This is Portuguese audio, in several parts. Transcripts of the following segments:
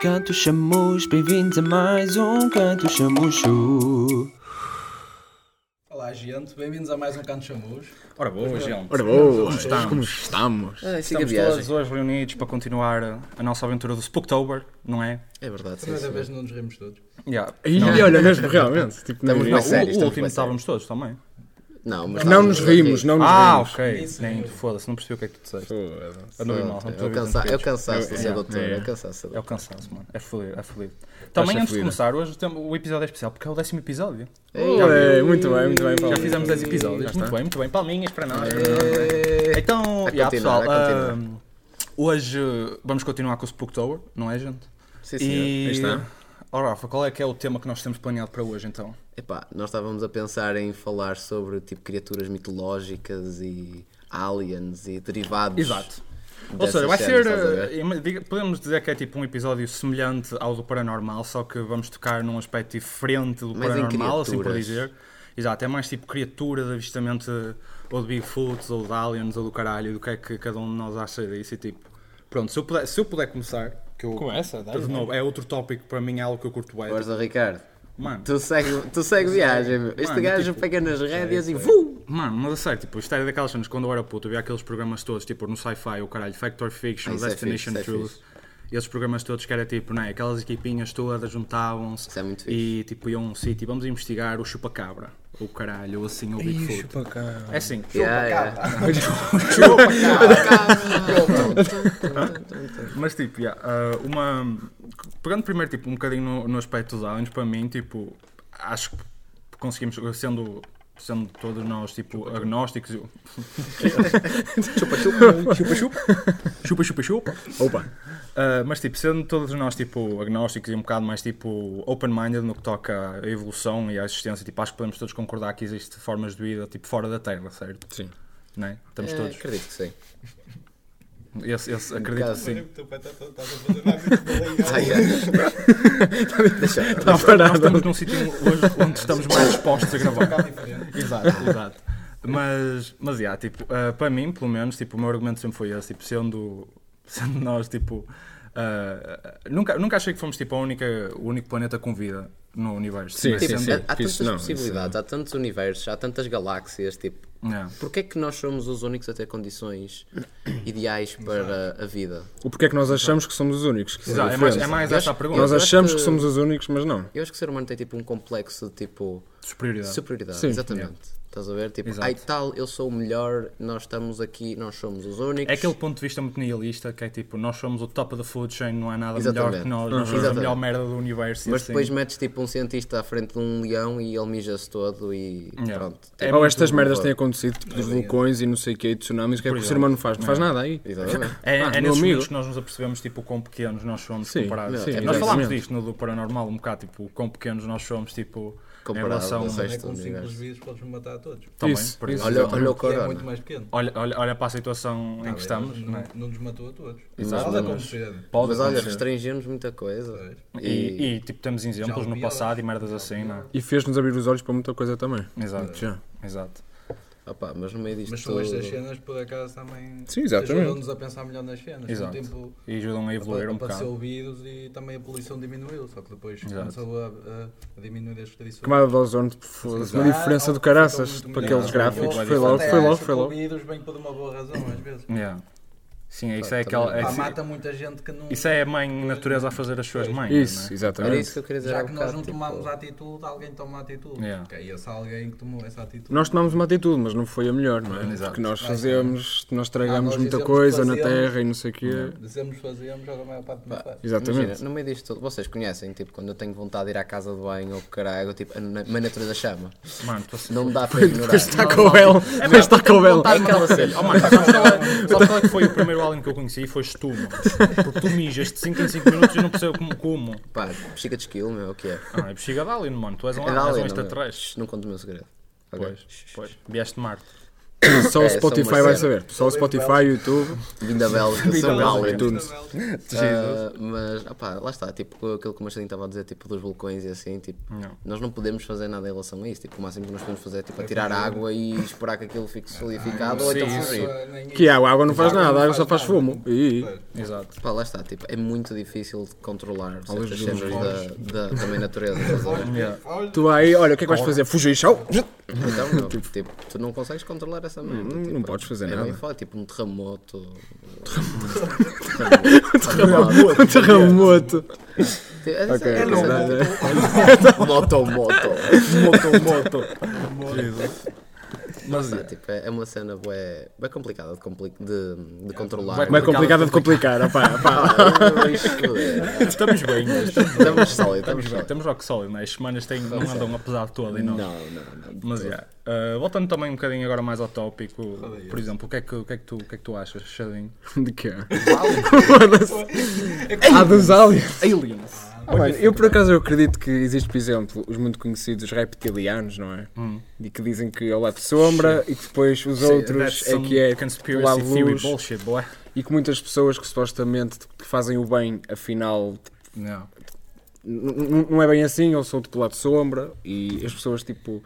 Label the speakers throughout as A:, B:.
A: Canto Chamus, bem-vindos a mais um Canto Chamucho.
B: Olá, gente, bem-vindos a mais um Canto Chamus.
C: Ora boa, gente.
D: Ora boas, como estamos?
E: Ah, siga a
C: Estamos
E: viagem.
C: todos hoje reunidos para continuar a nossa aventura do Spooktober, não é?
E: É verdade, sim,
B: Primeira
E: senhor.
B: vez não nos rimos todos.
C: Yeah.
D: E
C: Não,
D: olha, mesmo realmente. Tipo,
E: Estamos
D: não,
E: bem
C: não,
E: sério,
C: o,
E: é estamos
C: o
E: bem
C: último
E: sério.
C: estávamos todos também.
E: Não, mas
D: não
E: estávamos
D: nos
E: todos aqui.
D: rimos, não nos
C: Ah,
D: rimos.
C: ok.
B: Isso
C: Nem,
B: mesmo.
C: foda-se, não percebi o que é que tu disseste.
D: Foda-se.
C: Andou mal. não
E: É
C: percebi
E: o
C: os
E: cansa- é o
C: pitches.
E: cansaço da
C: É,
E: sua
C: é,
E: doutora,
D: é.
E: é o cansaço da
C: É o
E: doutora.
C: cansaço, mano. É fluido, é fluido. Também
D: ser
C: antes de
D: fluido.
C: começar, hoje tem- o episódio é especial porque é o décimo episódio.
D: Ué, É, muito bem, muito bem, Paulo.
C: Já fizemos 10 episódios.
D: Já
C: Muito
D: está.
C: bem, muito bem. Palminhas para nós.
E: É.
C: Então,
E: A
C: yeah,
E: continuar,
C: pessoal,
E: a
C: ah, hoje ah, vamos continuar com o Spooktober, não é, gente?
E: Sim, senhor.
C: E.
D: Aí está.
C: Oh, Rafa, qual é que é o tema que nós temos planeado para hoje então?
E: Epá, nós estávamos a pensar em falar sobre tipo criaturas mitológicas e aliens e derivados.
C: Exato. Ou
E: dessas
C: seja, vai
E: cenas,
C: ser.
E: estás a ver?
C: eh, ima- diga- Podemos dizer que é tipo um episódio semelhante ao do paranormal, só que vamos tocar num aspecto diferente do
E: Mais em
C: paranormal, assim por
E: criaturas.
C: dizer. Exato, é mais tipo criatura de avistamento eh, ou de Bigfoots ou de aliens ou do caralho, do que é que cada um de nós acha disso e tipo. Pronto, se eu puder, se eu puder começar, que eu.
D: Começa, dá-lhe,
C: de novo, é outro tópico para mim, é algo que eu curto bem.
E: Força, Ricardo.
C: Mano.
E: Tu segue, tu segue viagem, meu. Este
C: Mano,
E: gajo
C: tipo,
E: pega nas rédeas e vu!
C: Mano, mas a sério, tipo, isto era daquelas cenas, quando eu era puto, eu via aqueles programas todos, tipo, no Sci-Fi, o caralho, Factor Fiction,
E: Ah, isso é
C: Destination
E: fixe, isso é
C: Truth, esses programas todos que era tipo, né, aquelas equipinhas todas juntavam-se
E: Isso é muito
C: e tipo, iam a um sítio, vamos investigar o chupa-cabra, o caralho, ou assim, o Bigfoot. É assim,
E: Yeah, yeah.
C: mas tipo, yeah, ah, uma. Pegando primeiro, tipo, um bocadinho no, no aspecto dos aliens, para mim, tipo, acho que conseguimos, sendo. Sendo todos nós, tipo, agnósticos. eu- Chupa, chupa, chupa.
D: Opa,
C: Uh, mas tipo, sendo todos nós tipo agnósticos e um bocado mais tipo open-minded no que toca à evolução e à existência, tipo, acho que podemos todos concordar que existem formas de vida tipo fora da Terra, certo?
D: sim.
C: Não é? Estamos
E: É,
C: todos.
E: Acredito que sim.
C: Esse, esse, acredito que
E: bocado.
C: sim. tá-
B: É
E: Tá, yeah. Deixa eu-
C: Nós, nós estamos num sítio hoje onde estamos mais dispostos a gravar. exato, exato. Mas, mas yeah, tipo, ah, para mim, pelo menos, tipo, o meu argumento sempre foi esse, tipo, sendo, sendo nós, tipo, ah, nunca, nunca achei que fomos, tipo, a única, o único planeta com vida no universo.
D: Sim,
C: Mas
D: sim,
E: Tipo,
C: sendo-
E: há,
D: sim.
E: há tantas
D: Isso não, isso
E: possibilidades, há tantos universos, há tantas galáxias, tipo,
C: Yeah.
E: porquê é que nós somos os únicos a ter condições ideais para a vida?
D: O porquê é que nós achamos que somos os únicos? Que isso
C: Exato,
D: é
C: é mais, é
D: diferente.
C: mais
E: Eu
C: essa a
E: acho-
C: pergunta.
D: Nós
E: Eu acho
D: achamos
E: que-
D: que somos os únicos, mas não.
E: Eu acho que o ser humano tem tipo um complexo de tipo
C: De superioridade.
E: superioridade,
D: Sim.
E: exatamente. Estás a ver? Tipo,
C: Exato.
E: ai tal, eu sou o melhor, nós estamos aqui, nós somos os únicos.
C: É aquele ponto de vista muito nihilista que é tipo, nós somos o top of the food chain, não há nada melhor
E: Exatamente.
C: que nós,
E: Uhum.
C: nós somos a
E: Exatamente.
C: melhor merda do universo. e
E: Mas
C: assim.
E: depois metes tipo um cientista à frente de um leão e ele mija-se todo e
C: Yeah.
E: pronto.
C: É
D: Ou
C: muito
D: estas merdas
E: bom.
D: têm acontecido, tipo dos vulcões e não sei o que, e tsunamis, o que é que o ser humano faz? Não faz nada aí.
E: Exatamente.
C: É, é
D: Ah, meu
C: nesses
D: amigo.
C: momentos que nós nos apercebemos tipo, o quão pequenos nós somos
D: Sim,
C: comparados. É,
D: sim,
C: nós
D: exatamente.
C: falámos disto no do paranormal um bocado, tipo, o quão pequenos nós somos tipo,
E: Comparado
C: em relação
E: ao
B: É
E: resto.
B: com
E: Este
B: simples
E: universo.
B: vírus podes-me matar a
D: É
B: todos.
C: Também,
D: Isso,
C: por
D: isso.
C: exemplo.
E: Olha, olha o
B: Que é muito
E: corona.
B: mais pequeno.
C: Olha, olha, olha para a situação em que estamos.
B: Não,
C: Não, é?
B: não nos matou a todos.
C: Exato.
B: Pode
C: Mas-
B: acontecer.
C: Pode
E: Mas olha,
C: acontecer.
E: restringimos muita coisa.
B: Pois.
C: e, e, tipo, temos exemplos
B: ouvi
C: no passado e merdas assim, não é?
D: E fez-nos abrir os olhos para muita coisa também.
C: Exato.
D: Já.
C: Exato.
E: Opa, mas no meio disto
B: Mas são
E: tudo...
B: estas cenas, por acaso, também
D: Sim, exatamente.
B: ajudam-nos a pensar melhor nas cenas.
C: Exato.
B: No tempo,
C: E ajudam a evoluir um
B: apareceu
C: bocado.
B: o vírus e também a poluição diminuiu, só que depois
C: Exato.
B: começou a, a- a diminuir as Ah, expedições.
D: Camada de ozono, tipo, foda-se, uma diferença de caraças para aqueles gráficos. Foi logo, foi logo, foi logo.
B: O vírus vem por uma boa razão, às vezes.
C: Yeah. Sim, isso
E: Pá,
C: é aquela.
E: também.
C: é
B: Pá,
C: isso-
B: Ah, mata muita gente que não.
C: Isso é a mãe natureza a fazer as suas mães. é?
D: Isso,
E: Era
D: exatamente.
E: isso que eu queria dizer
B: Já
E: há
B: que nós
E: bocado,
B: não
E: tipo,
B: tomamos a atitude, alguém toma a atitude.
C: Yeah.
B: Ok, esse alguém que tomou essa atitude.
D: Nós tomámos uma atitude, mas não foi a melhor, não é?
C: Exato.
D: Porque nós fazemos, nós tragamos
B: Ah, nós
D: muita
B: dizemos
D: coisa na
B: fazemos.
D: terra e não sei o quê.
B: Dizemos fazemos, agora a maior parte não faz.
D: Exatamente.
E: Imagina, no meio disto tudo, vocês conhecem, tipo, quando eu tenho vontade de ir à casa de banho ou caralho, tipo, a na- a natureza chama.
C: Não é? Mano, tu assim.
E: Não me dá para ignorar.
D: Mas está Tá com ele, mas está com ele.
E: É aquela cena.
C: Oh, mano, sabes qual é- sabes qual é que foi o primeiro alien que eu conheci? Foste tu, mano. Porque tu mijas de 5 em 5 minutos e eu não percebo como. como.
E: Pá, bexiga de esquilo, meu, o que é?
C: Ah, é bexiga de alien, mano. Tu és um,
E: É de
C: alien, és
E: alien,
C: um
E: não é?
C: extraterrestre.
E: Não conto o meu segredo. Ok?
C: Pois, pois. Vieste de Marte.
D: Só o
E: É, são
D: Spotify
E: umas
D: vai
E: cenas.
D: saber. Só o Spotify, o YouTube.
E: Vinda Bélgica, São
C: Bélgica.
E: Paulo e tudo.
B: Não, não.
E: Ah, mas, opá, lá está, tipo, aquilo que o Marcelinho estava a dizer, tipo, dos vulcões e assim, tipo,
C: Não.
E: nós não podemos fazer nada em relação a isso, tipo, o máximo que nós podemos fazer é, tipo, atirar água e esperar que aquilo fique solidificado ou então
C: Ah, sim, isso
E: fugir.
B: é Nem-
D: Que a água não faz nada, a água só faz
B: nada.
D: fumo. E
C: Exato.
E: Pá, lá está, tipo, é muito difícil de controlar certas
D: dos
E: cenas da, da, também natureza, estás a ver?
D: tu aí, olha, o que é que vais fazer? Fugir, show!
E: Então, meu, tipo, tu não consegues controlar essa merda.
D: Não
E: tipo,
D: podes fazer
E: é
D: nada.
E: bem foda, tipo um terremoto. Tipo,
D: Terremoto!
E: É,
D: Ok,
E: é,
D: ok.
E: moto, moto.
C: Moto, moto. Jesus. Mas
E: Tá, tipo, é, é uma cena bué, bué complicada de, compli de, de controlar.
C: Bué
D: Mas é complicado de complicar, opá, opá.
E: Ah, isto é-
C: estamos bem, estamos
E: Estamos
D: Tá
E: sólidos, estamos
C: Estamos, bem,
E: sólidos.
C: estamos rock solid, né? as semanas têm, não andam apesar de todo e não. Mas yeah. Uh, voltando também um bocadinho agora mais ao tópico, por exemplo, o que é que, o que, é que, tu, o que é que tu achas, Chadinho?
D: De quê? é? Há dos aliens.
C: Aliens!
D: Ah, mano, eu por acaso eu acredito que existe, por exemplo, os muito conhecidos reptilianos, não é?
C: Hum.
D: E que dizem que é o lado de sombra e que depois os outros é que é o
C: conspiracy
D: lado de
C: theory
D: luz
C: bullshit, boy.
D: e que muitas pessoas que supostamente que fazem o bem, afinal
C: Não.
D: n- n- não é bem assim, ou são tipo lado de sombra e as pessoas tipo.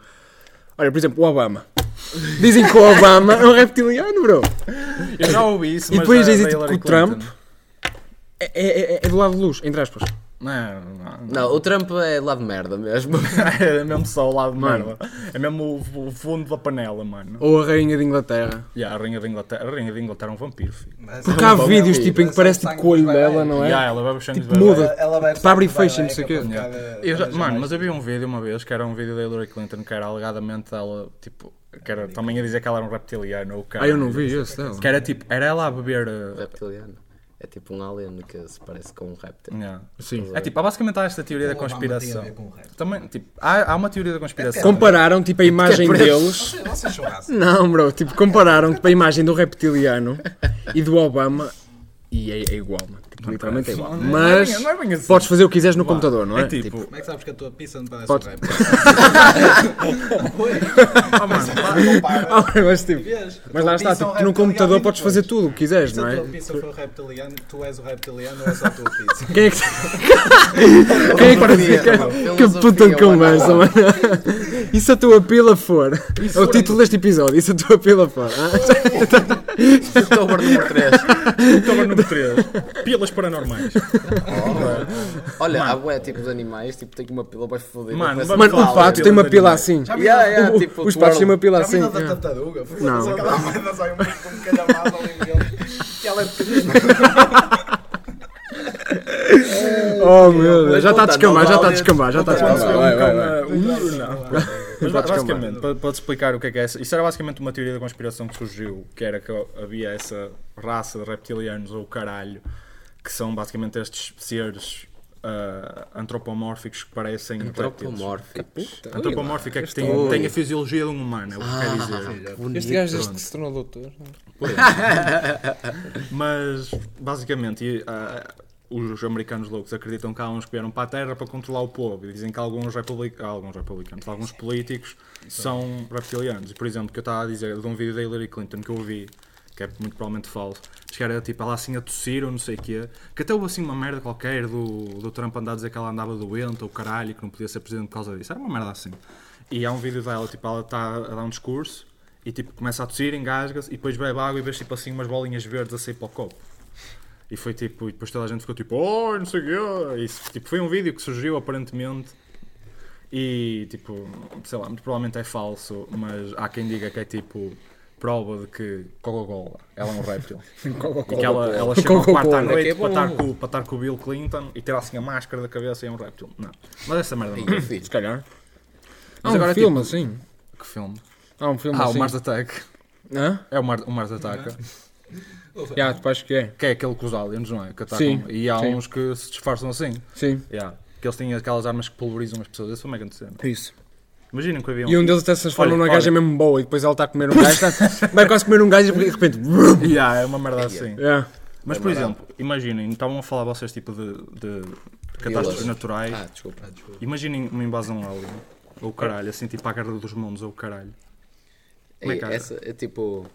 D: Olha, por exemplo, o Obama. Dizem que o Obama é um reptiliano, bro.
C: Eu já ouvi isso,
D: E
C: mas
D: depois
C: da-
D: dizem
C: da
D: tipo que
C: Hillary
D: o Trump
C: Clinton.
D: é, é- é- é do lado de luz, entre aspas.
C: Não, não, não.
E: Não, o Trump é lá de merda mesmo.
C: é mesmo só o lado de
D: Mano.
C: merda. É mesmo o, o fundo da panela, mano.
D: Ou a rainha de Inglaterra.
C: Yeah, a rainha da Inglaterra, a rainha da Inglaterra é um vampiro, filho.
B: Mas-
D: Porque há
B: Mas-
D: vídeos tipo em que
B: Sangue
D: parece tipo
B: dos
D: com o olho
B: bebés.
D: dela, não é?
C: Yeah, ela vai puxando os
D: Tipo,
C: bebés.
D: muda.
B: Ela vai
D: Tipo, abre e
B: vai-
D: fecha, não
B: vai-
D: sei o
B: é que é
D: quê.
B: para ficar, eh,
C: Eu já-
B: mais
C: mano,
B: mais.
C: mas havia um vídeo uma vez que era um vídeo da Hillary Clinton que era alegadamente ela, tipo, que era também a dizer que ela era um reptiliano ou cara.
D: Ah, eu não vi esse dela.
C: Que era tipo, era ela a beber. uh,
E: reptiliano. É tipo um alien que se parece com um réptil.
C: yeah.
D: Sim.
C: É tipo, há basicamente há esta teoria da
B: Obama
C: conspiração.
B: tem a ver com o resto.
C: Também, tipo, há, há uma teoria da conspiração.
D: Compararam tipo a imagem deles.
B: Vocês- Vocês são raça.
D: Não, bro, tipo, compararam tipo, a imagem do reptiliano e do Obama e é, é igual, mano. Tipo, literalmente é igual. Mas
C: não é bem assim.
D: podes fazer o que quiseres no computador, não é?
C: É tipo,
B: Como é que sabes que a tua pizza não parece
D: Pode-
B: um rap? Oi, compara.
C: Oh,
D: Ah, mas tipo.
B: Vês?
D: Mas lá
B: A tua
D: está,
B: pizza é um
D: tipo, num
B: reptiliano
D: computador
B: e
D: podes
B: depois,
D: fazer tudo o que quiseres,
B: Se
D: não
B: a
D: é?
B: tua pizza for reptiliano, tu és o reptiliano ou és só a tua pizza?
D: Quem é que. Quem é que fica?
C: Tipo,
D: Que puta de conversa, mano. E se a tua pila for? É o título deste episódio. E se a tua pila for? Ah,
E: Outubro número 3.
C: Toma número 3. Pilas paranormais.
E: Olha, há bué tipos de animais, tipo, tem uma pila, vai foder.
C: Mano,
E: Parece
C: vamos
D: Mano,
E: um
D: o
C: falar.
E: alien.
D: pato tem uma pila assim.
B: Já vi
E: Yeah,
B: da-
E: yeah,
D: O-
E: tipo,
D: Os patos têm uma pila
B: já vi
D: assim.
B: da da tartaruga?
D: Não.
B: Foda-se, Aquela merda sai um bico com um calhamado ali dentro. Que ela é pequenina.
D: Oh meu Deus, já está a
E: Conta,
D: descambar,
E: não
D: já está a
E: vale.
D: descambar, já tá está a
C: Mas
D: descambar. Vai, vai, vai.
C: É, Mas ba- basicamente, para, para te explicar o que é que é essa, isso era basicamente uma teoria da conspiração que surgiu, que era que havia essa raça de reptilianos ou caralho, que são basicamente estes seres ah, antropomórficos que parecem reptiles.
E: Antropomórficos.
C: Antropomórfico é que tem, tem a fisiologia de um humano, é o que quer dizer.
D: Este gajo desde que se tornou doutor.
C: Mas, basicamente, e, ah, os americanos loucos acreditam que há uns que vieram para a Terra para controlar o povo e dizem que alguns, republic... ah, alguns republicanos, alguns políticos são reptilianos. E, por exemplo, que eu estava a dizer de um vídeo da Hillary Clinton que eu vi, que é muito provavelmente falso, diz que era tipo ela assim a tossir ou não sei o quê, que até houve assim uma merda qualquer do, do Trump andar a dizer que ela andava doente ou caralho, que não podia ser presidente por causa disso. Era uma merda assim. E há um vídeo dela, tipo, ela está a dar um discurso e tipo começa a tossir, engasga-se e depois bebe água e vês tipo assim umas bolinhas verdes a sair para o copo. E foi tipo, e depois toda a gente ficou tipo, oh, não sei o quê. E Isso, tipo, foi um vídeo que surgiu aparentemente e tipo, sei lá, muito provavelmente é falso, mas há quem diga que é tipo prova de que Coca-Cola, ela é um réptil. e que ela, ela chegou ao quarto à
D: Coca-Cola.
C: noite
E: É que é
C: para,
E: bom.
C: estar com, para estar com o Bill Clinton e ter assim a máscara da cabeça e é um réptil. Não, mas essa merda não. é.
E: Ih, filho.
D: Se calhar. Há
C: Mas
D: um
C: agora,
D: filme
C: tipo-
D: assim.
C: Que filme?
D: Há um filme
C: Ah, o
D: assim.
C: Mars Attack.
D: Hã?
C: É o, Mar, o Mars Attack.
D: Já, tipo, acho que é.
C: Que é aquele que os aliens, não é? Que atacam.
D: Sim,
C: E há
D: sim.
C: uns que se disfarçam assim.
D: Sim.
C: Yeah. Que eles têm aquelas armas que pulverizam as pessoas. Isso foi uma grande cena.
D: Isso.
C: Imaginem que havia
D: E um deles até se transforma
C: Olha,
D: numa gaja
C: olha.
D: mesmo boa e depois ela está a comer um gajo, está- vai quase comer um gajo e de repente. brum.
C: Yeah, é uma merda assim.
D: É.
C: Mas, por exemplo, imaginem, estavam a falar vocês tipo de, de catástrofes
E: Vilas.
C: naturais.
E: Ah, desculpa.
C: Imaginem uma invasão alien. Ou caralho, assim tipo a Guerra dos Mundos, ou caralho. Como é que
E: E
C: é?
E: essa, é tipo.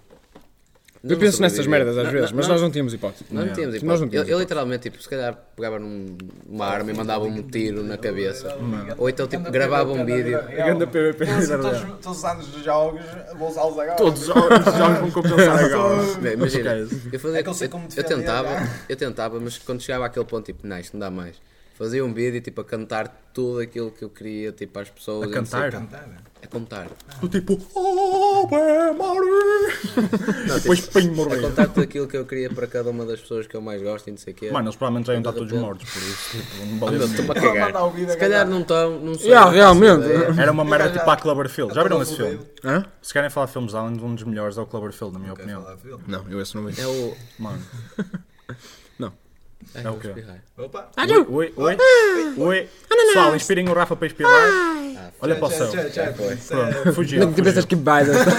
D: Eu penso nessas merdas às vezes, mas nós não tínhamos hipótese.
E: Nós não tínhamos hipótese.
D: Nós não tínhamos
E: eu, eu literalmente, tipo, se calhar pegava num- numa arma e mandava um tiro na cabeça. Ou então, tipo, gravava um vídeo.
C: Ganda PVP.
B: Então, assim, Todos todos os anos de jogos, vou usá-los agora.
C: Todos os jogos os jogos vão compensar agora.
E: Bem, imagina, eu, fazia, tipo,
B: É que eu sei como
E: eu- eu
B: defender,
E: tentava,
B: já.
E: eu tentava, mas quando chegava àquele ponto, tipo, não, isto não dá mais. Fazia um vídeo, tipo, a cantar tudo aquilo que eu queria, tipo, às pessoas.
C: A
E: e não sei o quê.
C: cantar.
E: A contar.
C: Do tipo, oh, é Mauri!
E: Não,
C: Depois
E: tipo,
C: pim,
E: a
C: morrer.
E: contar tudo aquilo que eu queria para cada uma das pessoas que eu mais gosto e não sei o quê.
C: Mano, eles provavelmente já iam estar todos mortos, por isso, tipo, não valia
E: Ah, meu,
C: nenhum.
E: estou-me a cagar.
B: mandar o vídeo
E: Se calhar não estão, não sei.
D: Yeah,
E: não faço
D: realmente.
E: ideia.
C: Era uma merda tipo a Cloverfield. Já viram esse filme?
D: Hã?
C: Se querem falar de filmes de aliens, um dos melhores é o Cloverfield, na minha opinião.
D: Não, eu esse não vi.
E: É o.
C: Mano.
E: Ai,
C: É o
E: vou
C: quê?
E: espirrar.
B: Opa!
D: Ah,
C: Oi, oi, oi. Pessoal, inspirem o Rafa para inspirar. Olha para o céu.
B: Já,
E: É,
B: já, já.
C: Pronto, fugiu.
D: Não que pensas
C: fugiu.
D: que Biden.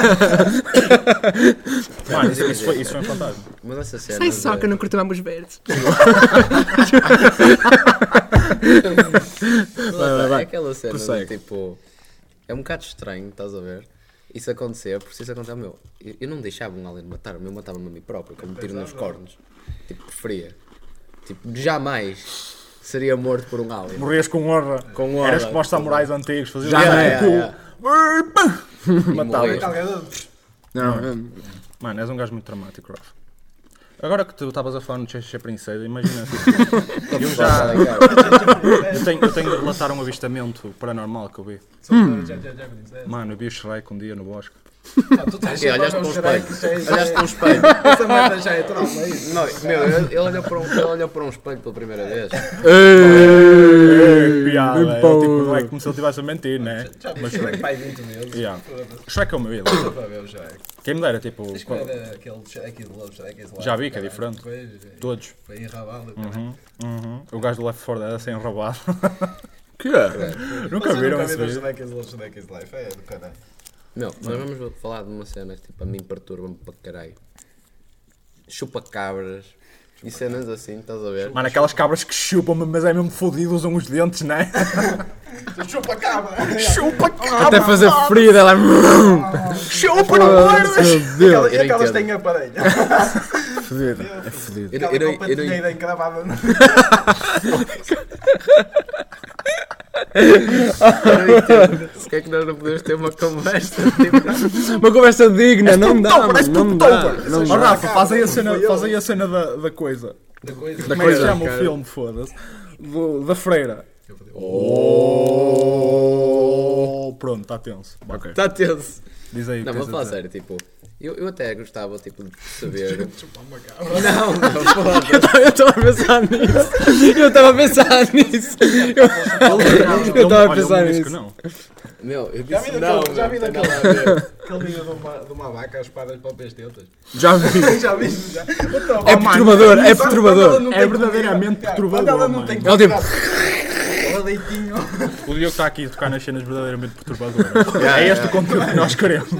C: Mano, isso, isso foi, isso foi um fantasma.
E: Mas essa cena. Sai só
D: não curto ambos verdes.
E: É aquela cena de,
D: Prossegue.
E: tipo. É um bocado estranho, estás a ver? Isso acontecer, porque se isso acontecer, meu, eu eu não deixava um alien matar-me, eu matava-me a mim próprio, como tiro nos cornos. Tipo, preferia. Tipo, jamais seria morto por um alien.
C: Morrias com honra.
E: Com honra.
C: Eras como aos samurais antigos. Fazias
D: Já
C: um
D: não é.
C: cu.
E: E morrer.
C: Matavas.
D: Não, eu-
C: Mano, és um gajo muito dramático, Rafa. Agora que tu estavas a falar no Cheche Princesa, imagina. tipo, eu já. eu, tenho, eu tenho de relatar um avistamento paranormal que eu vi.
E: Hum.
B: Já, já, já, já.
C: Mano, eu vi o Shrek um dia no bosque.
B: Tu estás
E: E
B: a
E: olhaste
B: chamar um
E: para um
B: caralho que já é-
E: espelho. Olhaste para um espelho.
B: Essa merda já é trauma, é isso?
E: Não, meu, ele, ele olhou para um, ele olhou para um espelho pela primeira vez.
D: Ei,
C: Piada,
D: bem
C: é,
D: pau.
C: tipo, não é como se ele estivesse a mentir, né?
B: Já me chorei pai 20 vezes.
C: Yeah. Shrek é o meu ídolo.
B: Para ver o Shrek.
C: Quem me dera, tipo,
B: Tens que ver é aquele Shrek e do Love Shrek e
C: Já vi que é diferente. todos.
B: eh, Foi enrabado.
C: Uhum. O gajo do Left 4 Dead assim roubado.
D: Que? é?
B: é.
C: Nunca viram esse vídeo?
B: Shrek is Love, Shrek is Life. É do caralho.
E: Meu, nós vamos falar de uma cena que tipo, a mim perturba-me para caralho. Chupa-cabras e cenas assim, estás a ver?
C: Mano, aquelas cabras que chupam-me, mas é mesmo fodido, usam os dentes, né?
B: Chupa cabra!
C: Chupa
D: Até
C: cabra!
D: fazer é ferida lá.
C: Chupa, não guardas!
E: Eu
B: Aquela-
E: não
B: E aquelas
E: entendo.
B: é têm aparelho.
D: Fodido, é fodido.
E: Eu, não- eu,
B: Aquela
E: não-
B: com a
E: eu não-
B: patinheira encravada. é? no-
E: eu não entendo. Se que é que nós não podemos ter uma conversa? Tipo,
D: Uma conversa digna, não dá, mano,
C: Parece
D: não
C: puto
D: dá.
C: Tober!
D: Não
C: Ó
D: dá.
C: Rafa, faz aí a cena, faz aí a cena da, da coisa.
B: Da coisa.
C: Como é que se
D: coisa,
C: chama o
E: cara.
C: filme, foda-se? Do- Da freira. Oh, Pronto, está tenso. Ok.
E: Está Tá tenso.
C: Diz aí o
E: Não,
C: que
E: vou
C: tens a
E: falar
C: dizer.
E: sério, tipo, eu, eu até gostava tipo, de perceber. Não, não, foda.
D: Eu estava a pensar nisso. Eu estava a pensar nisso. Eu
C: Ele-
D: estava a
C: olha,
D: pensar
C: ele me disse que
D: nisso.
C: não.
E: Meu, eu
B: Já vi
E: disse não.
B: daquele. Já vi
E: meu, tem
B: daquele.
E: nada a ver.
B: Aquele vídeo de uma- de uma vaca às espadas para as tentas.
D: Já vi.
B: Já viste? Já.
D: É perturbador, é
B: Só que quando ela
D: perturbador.
B: não
C: É
B: tem
C: verdadeiramente
B: comida, cara,
C: perturbador,
B: Quando ela não
C: mano.
B: tem
D: Ela tipo,
B: Ela deitinho.
C: O Diogo está aqui a tocar nas cenas verdadeiramente perturbadoras. é este o conteúdo que nós queremos.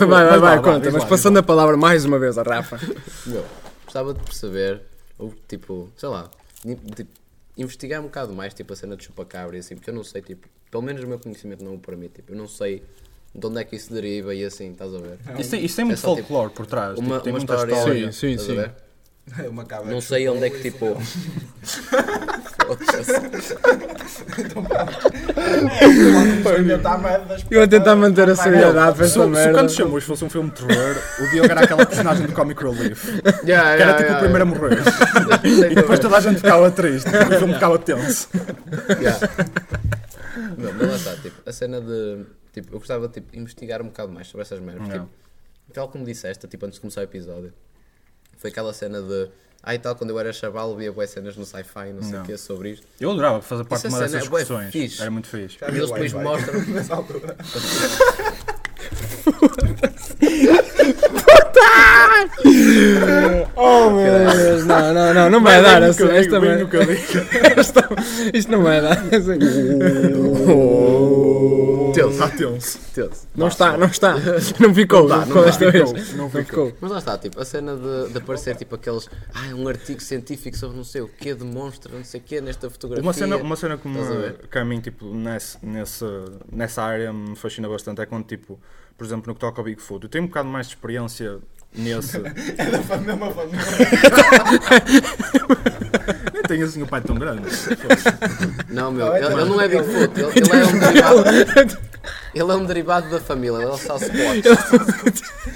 E: é
D: vai,
C: Mas
D: vai,
C: vá,
D: vai,
C: vá,
D: conta.
C: diz
D: Mas
C: lá,
D: passando a palavra mais uma vez a Rafa.
E: Meu, gostava de perceber, ou tipo, sei lá, ni- tipo, investigar um bocado mais, tipo, a cena de chupacabra e assim, porque eu não sei, tipo, pelo menos o meu conhecimento não o permite, tipo, eu não sei de onde é que isso deriva e assim, estás a ver?
C: Isto tem, isto tem muito
E: É só, tipo,
C: folclore por trás. tipo,
E: Uma,
C: tem
E: uma
C: muita
E: história.
C: história.
D: Sim, sim,
E: estás a
D: sim.
E: ver?
B: É uma cabra.
E: Não sei onde é que, tipo.
B: Ainda está a merda das
D: Eu a tentar manter a seriedade para
C: Se, se
D: esta
C: o
D: merda.
C: Cantos Chamus fosse um filme de terror, o Diogo era aquela personagem do Comic Relief. Que
E: yeah,
C: era tipo o primeiro a morrer. E depois toda a gente ficava triste. porque O filme ficava tenso.
E: Yeah. Não, mas lá está, tipo, a cena de. Tipo, eu gostava de tipo, investigar um bocado mais sobre essas merdas.
C: Não.
E: Tipo, tal como disseste, tipo, antes de começar o episódio, foi aquela cena de. Ai tal, quando eu era chaval, via boas cenas no sci-fi, não sei o
C: Não.
E: que sobre isto.
C: Eu adorava fazer parte de
E: Isso
C: uma
E: é
C: dessas
E: cena, é bué
C: discussões.
E: fixe.
C: Era muito fixe.
E: E eles depois mostram.
B: Nessa altura.
D: Oh meu Deus, não, não, não, não vai dar essa, esta merda. Esta- Isto não vai dar.
E: Tenso,
C: tenso.
E: tenso.
D: Não está, não está. Não ficou
E: dá, não
D: com
E: dá.
D: esta vez. Não ficou.
E: Mas lá está, tipo, a cena de, de aparecer tipo aqueles. Ah, um artigo científico sobre não sei o que demonstra não sei o que nesta fotografia.
C: Uma cena, uma cena que, me,
E: Estás a ver?
C: que a mim, tipo, nesse, nesse, nessa área me fascina bastante é quando, tipo, por exemplo, no que toca ao Bigfoot, eu tenho um bocado mais de experiência nesse.
B: É Mesma família.
C: Nem tenho assim um pai tão grande.
E: Não, meu, ele, ele não é Bigfoot, ele, ele é um derivado. Ele é um derivado da família, ele é o Sasquatch.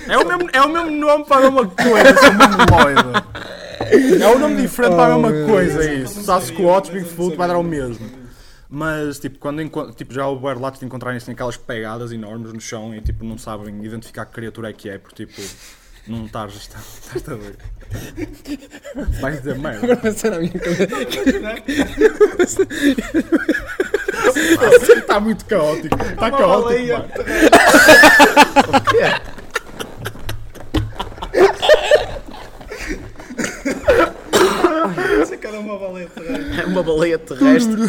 C: É o mesmo, é o mesmo nome para uma coisa, é sou mongoloide. É um nome diferente para a mesma coisa, é isso. Sasquatch, Bigfoot, vai dar o mesmo. Mas, tipo, quando encontro, tipo, já houve relatos de encontrarem assim, aquelas pegadas enormes no chão e, tipo, não sabem identificar que criatura é que é, porque, tipo, não estás, estás, estás a ver. Vais dizer tá merda.
D: Passar na minha cabeça. tá
C: Está muito caótico. Está caótico.
B: baleia.
C: mano.
B: Isso é cada uma valeta.
E: É uma baleia terrestre.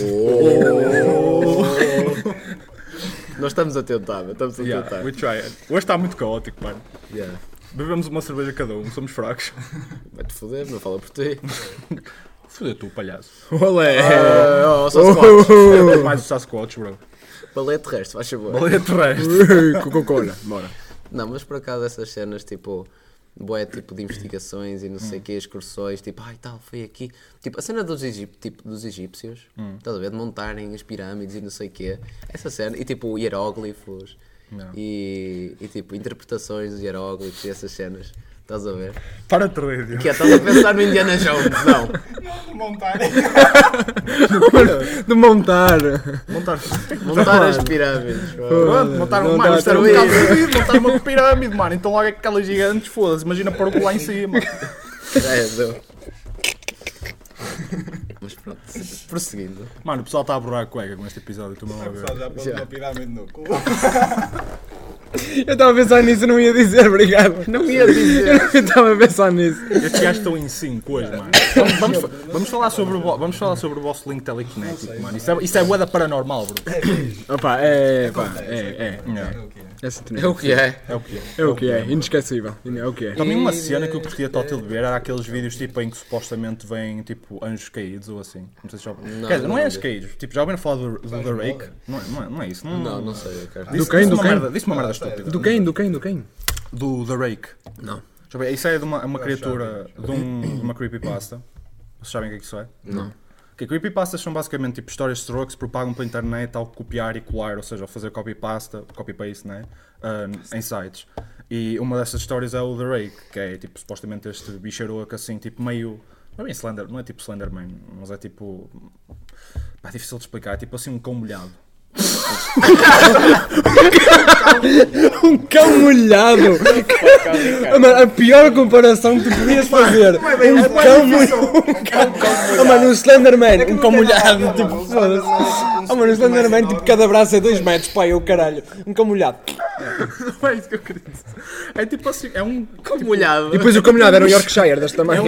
E: Oh. Nós estamos a tentar, meu, estamos a
C: Yeah,
E: tentar.
C: we try it. Hoje está muito caótico, mano.
E: Yeah.
C: Bebemos uma cerveja cada um, somos fracos.
E: Vai-te foder, não fala por ti.
C: Foda tu, palhaço.
D: Olé.
E: Ah, oh, Sasquatch.
C: é Mais o Sasquatch, bro.
E: Baleia terrestre, faz favor.
C: Baleia terrestre.
D: Coca-Cola.
C: Bora.
E: Não, mas por acaso essas cenas tipo. Boé, tipo de investigações e não
D: Hum.
E: sei o que, excursões, tipo, ai tal, foi aqui. Tipo, a cena dos, egip, tipo, dos egípcios,
D: Hum.
E: estás a ver? De montarem as pirâmides e não sei o quê. Essa cena, e tipo, hieróglifos e, e tipo, interpretações dos hieróglifos e essas cenas, estás a ver?
C: Para de rir, Diogo.
E: Que é, estás a pensar no Indiana Jones, não.
B: Montar.
D: De montar.
C: Montar.
E: Montar as pirâmides, pô.
C: Pronto, montar um
D: Não
C: mar,
D: tá
C: isto era um
E: a
C: bocado fodido, montar uma pirâmide, mano. Então logo aquelas gigantes, foda-se, imagina pôr o lá em cima.
E: É, deu. Mas pronto, prosseguindo.
C: Mano, o pessoal está a borrar a cueca com este episódio, tu não a ver.
B: Já pôs uma pirâmide no cu.
D: Eu estava a pensar nisso e não ia dizer, obrigado. Não ia dizer. Eu estava a pensar nisso.
C: Estes gajos estão em 5 hoje, mano. Vamos, vamos, vamos falar sobre o, vo- vamos falar sobre o vosso link telekinético, mano. Isso é, isso é boeda paranormal, bro.
D: Opa, é, pá, é, é.
C: É,
D: Essa
E: É o que é?
C: é o que é.
D: É o que é, inesquecível. É o que é.
C: Também uma cena que eu curtia total de ver era aqueles vídeos tipo em que supostamente vêm tipo anjos caídos ou assim. Não sei se já. Quer dizer, não é anjos caídos. Tipo, já ouviram falar do, do The Rake? Não é, não, é, não é isso. Não,
E: Não, não sei, cara.
C: Disse-
D: Do quem?
C: disse
D: Do
C: é uma
D: quem?
C: merda- Disse uma merda estúpida.
D: Do quem? Do quem? Do quem?
C: Ah, do The Rake. Não. Deixa eu ver, isso é de uma, uma criatura, de, um, de uma creepypasta. Vocês sabem o que é que isso é? Não. Que creepypastas são basicamente tipo histórias de terror que se propagam pela internet ao copiar e colar, ou seja, ao fazer copy-pasta, copy-paste, né? Ah, em sites. E uma dessas histórias é o The Rake, que é tipo supostamente este bicharoco assim, tipo meio. Não é bem Slender, não é tipo Slenderman, mas é tipo. Pá, difícil de explicar, é tipo assim um cão molhado.
D: Um cão molhado! Ah, mano, a pior comparação que tu podias fazer! um cão molhado! Ah, mano, um Slenderman! um cão molhado! Tipo, foda-se! Ah, mano, um Slenderman, tipo, cada braço é 2 metros, pai, eu caralho! Um cão molhado!
C: Não é isso que eu queria dizer. É tipo assim, é um
E: Como molhado.
D: E depois o cão molhado era o Yorkshire deste tamanho!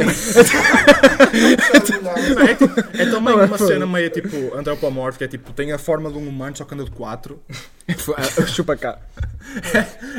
C: É, tipo- é também uma cena meio tipo antropomórfica, é tipo, tem a forma de um humano, só que anda de quatro.
D: Chupa cá!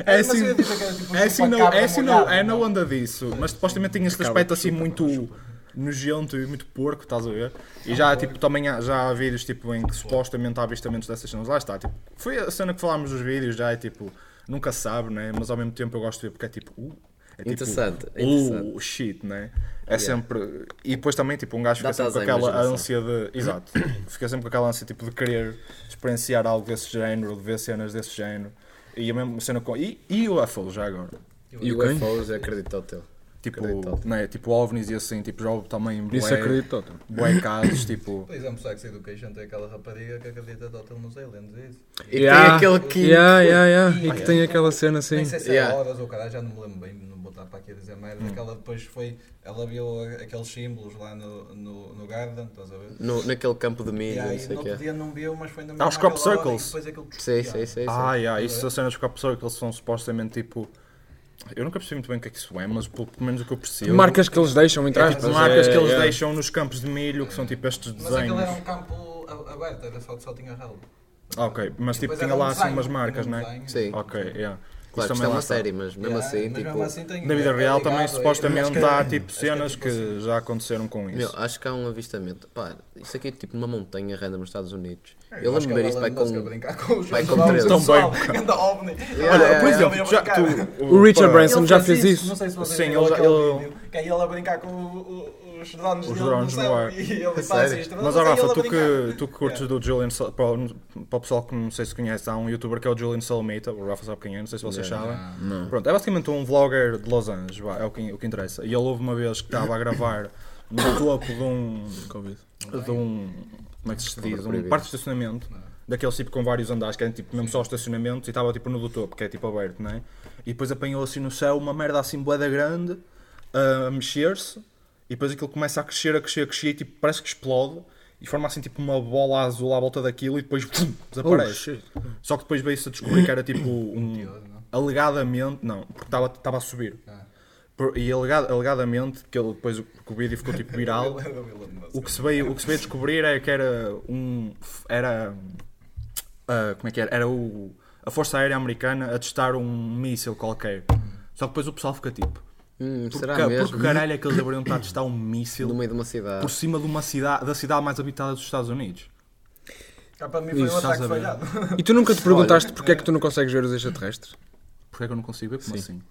C: É assim,
B: eu ia dizer que era tipo um
C: é assim, não,
B: chupacabra
C: é assim, não,
B: molhado,
C: é não anda disso, mas supostamente tem este aspecto assim muito nojento e muito porco, estás a ver?
E: Ah,
C: E já, tipo, também há, já há vídeos tipo, em que supostamente há avistamentos dessas cenas, lá está, tipo, foi a cena que falámos dos vídeos, já é tipo, nunca se sabe, né? Mas ao mesmo tempo eu gosto de ver porque é tipo, uh, é tipo,
E: Interessante,
C: uh,
E: interessante.
C: shit, né? É sempre. E depois também, tipo, um gajo fica
E: Dá-te
C: sempre com
E: Alzheimer,
C: aquela
E: imaginação.
C: ânsia de. Exato. Fica sempre com aquela ânsia tipo, de querer experienciar algo desse género, de ver cenas desse género. E a mesma cena com. E, e UFO já agora?
E: E o UFOs acredita ao teu.
C: Tipo,
E: Acredito.
C: né, tipo OVNIs e assim, tipo, já houve também bué,
D: Isso acredito, Toto.
C: bué casos, tipo.
B: Por exemplo, Sex Education tem aquela rapariga que acredita total nos aliens, é isso?
E: E tem aquele que.
D: Yeah, yeah, yeah. E que tem aquela cena assim.
B: Nem sei se
E: Yeah.
B: é horas ou caralho, já não me lembro bem, não vou estar para aqui a dizer merda. Aquela depois foi, ela viu a- aqueles símbolos lá no, no, no Garden, estás a ver?
E: No, naquele campo de
B: E
E: milho, não
B: aí,
E: sei
B: no
E: o que
B: outro
E: é.
B: dia não viu, mas foi na
C: Ah, os crop circles.
B: Depois aquilo...
E: Sei, sei, sei. sei.
C: Ah, yeah, isso são cenas que a pessoa que eles são supostamente tipo. Eu nunca percebi muito bem o que é que isso é, mas pelo pelo menos o que eu percebo.
D: Que marcas que eles deixam, entre
C: É, tipo,
D: aspas.
C: marcas
D: é,
C: que eles
D: é.
C: deixam nos campos de milho, que são tipo estes
B: Mas aquele era
C: desenhos.
B: um campo a- aberto, era só, só tinha relva.
C: Ah, ok, mas tipo
B: Depois
C: tinha
B: era um
C: lá assim
B: desenho,
C: umas marcas,
B: tinha
C: não
B: um
C: é?
B: desenho.
E: Sim.
C: Ok, yeah. Isso
E: Claro,
C: também
E: isto é
C: lá
E: uma
C: está.
E: série, mas mesmo
B: Yeah,
E: assim,
B: mas
E: tipo.
B: mesmo assim tem-
C: Na vida
B: é
C: real
B: ligado
C: também
B: a-
C: supostamente há tipo
B: acho que é
C: cenas
B: tipo assim.
C: que já aconteceram com
E: Meu,
C: isso.
E: acho que há um avistamento. Pá, isso aqui é tipo numa montanha random nos Estados Unidos. eu
B: Eu acho que
E: lembro-me
B: é
E: ver
B: o
E: isto, vai
B: Elon
E: com.
B: Musk a brincar com os
E: vai com
B: jogos
E: três.
B: do pessoal,
C: Também.
B: ganda OVNI.
E: yeah,
C: Olha, por
E: yeah.
C: exemplo, já tu.
D: O Richard
C: pá,
D: Branson já fez
B: Ele
D: isso.
B: Não sei se vocês
C: Sim,
B: viram
C: ele-
B: aquele
C: ele-
B: vídeo, que é ele a brincar com o- o- os drones
C: Os
B: dele
C: drones
B: no
C: no
B: céu,
C: ar.
B: e ele passa
E: sério?
B: isto,
C: Mas,
B: não
C: ó,
B: sei, ele é
C: Rafa,
B: a
C: tu que,
B: brincar.
C: tu que curtes do Julian. Sal- Para, o- para o pessoal que não sei se conhece, há um youtuber que é o Julian Salmita. O Rafa sabe quem é, não sei se vocês sabem. Pronto, é basicamente um vlogger de Los Angeles, vá, é o que, o que interessa. E ele houve uma vez que estava a gravar no topo de um. De um. Como é que se diz? Um parque de estacionamento.
E: Ah.
C: Daquele tipo com vários andares, que é tipo mesmo só estacionamentos, e estava tipo no do topo, que é tipo aberto, não é? E depois apanhou assim no céu uma merda assim boeda grande a a mexer-se e depois aquilo começa a crescer, a crescer, a crescer e tipo, parece que explode e forma assim tipo uma bola azul à volta daquilo e depois pum, desaparece. Só que depois veio-se a descobrir que era tipo um. alegadamente, não, porque estava- estava a subir. Por- e alega- alegadamente, que ele depois o porque o vídeo ficou tipo viral.
B: Ele era o Elon Musk.
C: O que se veio, o que se veio descobrir é que era um. Era. ah, como é que era? Era o, a Força Aérea Americana a testar um míssil qualquer. Só que depois o pessoal fica tipo.
E: Hum,
C: Porque,
E: será
C: ca-
E: mesmo?
C: porque caralho é que eles deveriam estar a testar um míssil
E: No meio de uma cidade.
C: por cima de uma cidade, da cidade mais habitada dos Estados Unidos?
B: Ah, Para mim foi um
C: Isso, estás
B: ataque
C: a ver.
B: falhado.
D: E tu nunca te perguntaste porque é que tu não consegues ver os extraterrestres?
C: Porquê é que eu não consigo ver? Como assim?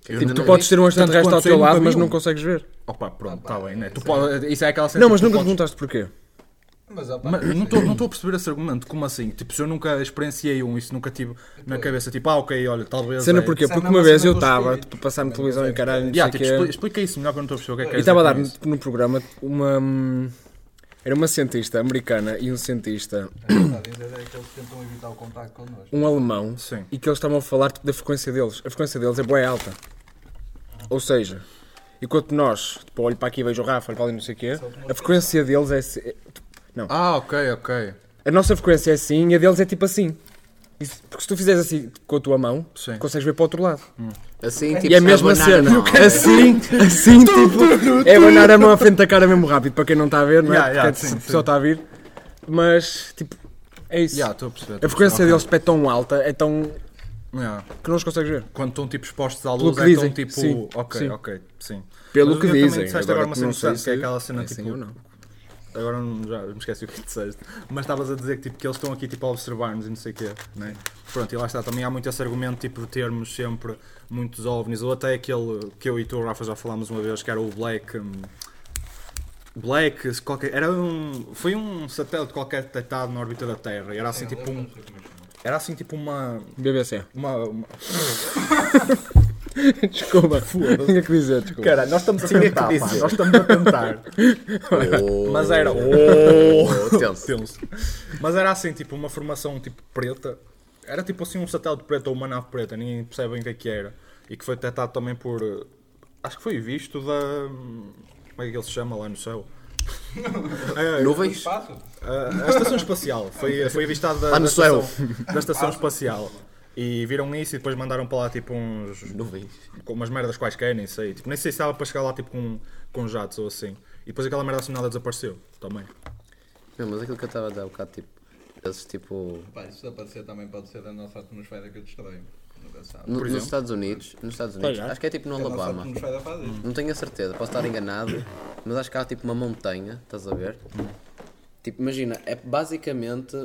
E: Tipo,
D: Tipo,
E: não
D: tu podes
E: vi.
D: ter um
C: Tanto
D: extraterrestre ao
C: quanto
D: teu
C: eu
D: lado,
C: nunca
D: mas
C: vi um.
D: não consegues ver.
C: Opa, pronto, está bem, né? Tu pode- isso é aquela cena.
D: Não,
C: tipo,
D: mas nunca te
C: tu podes-
D: perguntaste porquê.
B: Mas, opa,
C: Mas não
B: sim.
C: estou não estou a perceber esse argumento. Como assim? Tipo, se eu nunca experienciei um, isso nunca tive na cabeça, tipo, ah, ok, olha, talvez.
D: Cena
C: é.
D: porquê?
B: Isso é
D: Porque
B: mesmo
D: uma
B: a
D: vez
B: cena
D: eu
B: dos
D: estava,
B: espíritos.
D: tipo, passando televisão e caralho, não
C: Yeah,
D: sei
C: tipo,
D: quê.
C: expli- explica isso melhor que eu não estou a perceber o que é que
D: é E
C: queres
D: estava a
C: dizer
D: dar
C: com isso.
D: no programa uma. hum, Era uma cientista americana e um cientista,
B: O que está a dizer é que eles tentam evitar o contacto connosco.
D: um alemão,
C: Sim.
D: e que eles estavam a falar tipo, da frequência deles. A frequência deles é boa alta. Ou seja, enquanto nós, tipo, olho para aqui e vejo o Rafa, olho para ali não sei o quê, a frequência deles é. se- é-
C: Ah, ok, ok.
D: A nossa frequência é assim e a deles é tipo assim. Isso- Porque se tu fizeres assim tipo, com a tua mão,
C: Sim.
D: consegues ver para o outro lado.
E: Assim, tipo,
D: E é a mesma
E: abanar
D: cena.
E: mão.
D: Assim, assim, tipo. É abanar a mão à frente da cara mesmo rápido, para quem não está a ver, não é?
C: Yeah, yeah,
D: Porque
C: sim,
D: a pessoa
C: sim.
D: está a vir. Mas, tipo, é isso.
C: Yeah, estou a perceber.
D: A frequência deles tipo, é tão alta, é tão.
C: Yeah.
D: que não os consegues ver.
C: Quando estão tipo expostos à
D: Pelo
C: luz,
D: que
C: é que estão
D: dizem,
C: tipo.
D: sim,
C: Ok,
D: sim.
C: ok, sim.
D: Pelo
C: Mas
D: que
C: eu também
D: dizem,
C: disseste
D: agora
C: agora uma
D: que
C: cena
D: não sei
C: interessante, que é
D: se
C: aquela cena
D: é assim
C: tipo.
D: ou não.
C: Agora não- já me esqueci o que disseste. Mas estavas a dizer que, tipo, que eles estão aqui tipo, a observar-nos e não sei o quê. Né? Pronto, e lá está. Também há muito esse argumento tipo, de termos sempre muitos ovnis. Ou até aquele que eu e tu, Rafa, já falámos uma vez, que era o Black. hum, Black, se qualquer, era um, foi um satélite qualquer detectado na órbita da Terra. E era assim tipo um, era assim tipo uma,
D: BBC.
C: uma, uma
D: Desculpa. Tinha que dizer, desculpa.
C: Cara, nós estamos a tentar, pá, nós estamos a tentar.
E: Oh,
C: Mas era.
E: oh, tenso.
C: Tenso. Mas era assim, tipo, uma formação tipo preta. Era tipo assim um satélite preto ou uma nave preta, ninguém percebe bem o que é que era. E que foi detectado também por. eh, Acho que foi visto da. Como é que ele se chama lá no céu? É,
E: Nuvens?
B: Passo?
C: A, a estação espacial. Foi, foi avistado da,
E: Lá no
C: da
E: céu. Ah.
C: estação, da estação espacial. E viram isso e depois mandaram para lá tipo uns.
E: Nuvens.
C: com umas merdas quaisquer, nem sei. Tipo, nem sei se estava para chegar lá tipo com, com jatos ou assim. E depois aquela merda assim nada desapareceu também.
E: Não, mas aquilo que eu estava a dar, um bocado, tipo, esses, tipo...
B: Pá, isso aparecer também pode ser da nossa atmosfera que eu destrói. Nunca se sabe.
E: no- nos Estados Unidos, nos Estados Unidos, acho que é tipo no
B: A nossa
E: Alabama.
B: atmosfera faz isto.
E: Não tenho a certeza, posso estar enganado, mas acho que há tipo uma montanha, estás a ver? Tipo, imagina, é basicamente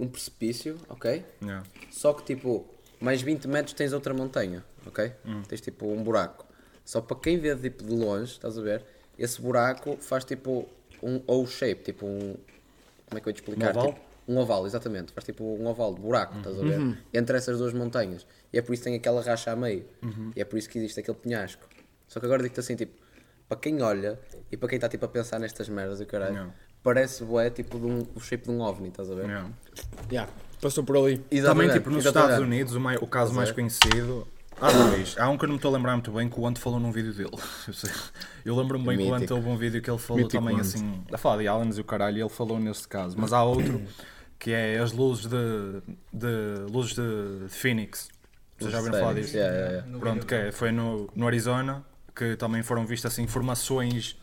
E: um precipício, ok?
C: Yeah.
E: Só que tipo, mais 20 metros tens outra montanha, ok?
C: Hum.
E: Tens tipo um buraco. Só para quem vê tipo de longe, estás a ver? Esse buraco faz tipo um O-shape, tipo um. Como é que eu ia te explicar?
C: Um oval? Uhum.
E: Tipo, um oval, exatamente. Faz tipo um oval de buraco, estás a ver? Entre essas duas montanhas. E é por isso que tem aquela racha a meio.
C: Uhum.
E: E é por isso que existe aquele penhasco. Só que agora digo-te assim, tipo, para quem olha e para quem está tipo a pensar nestas merdas e o caralho,
C: Não.
E: parece bué tipo de um, o shape de um ovni, estás a ver?
C: Yeah.
D: Yeah, Passou por ali.
E: Exatamente,
C: Também, tipo, nos
E: exatamente.
C: Estados Unidos, o, mai- o caso
E: é.
C: mais conhecido. Há dois. Há um que eu não me estou a lembrar muito bem que o Ant falou num vídeo dele. Eu, sei- eu lembro-me bem que o Ant
E: Mítico.
C: houve um vídeo que ele falou também assim. A falar de aliens e o caralho, e ele falou nesse caso. Mas há outro que é as luzes de. de luzes de Phoenix. Vocês já ouviram falar disso?
E: Yeah, yeah, yeah.
B: No
C: Pronto, que
B: vídeo.
C: é, foi no, no Arizona que também foram vistas assim formações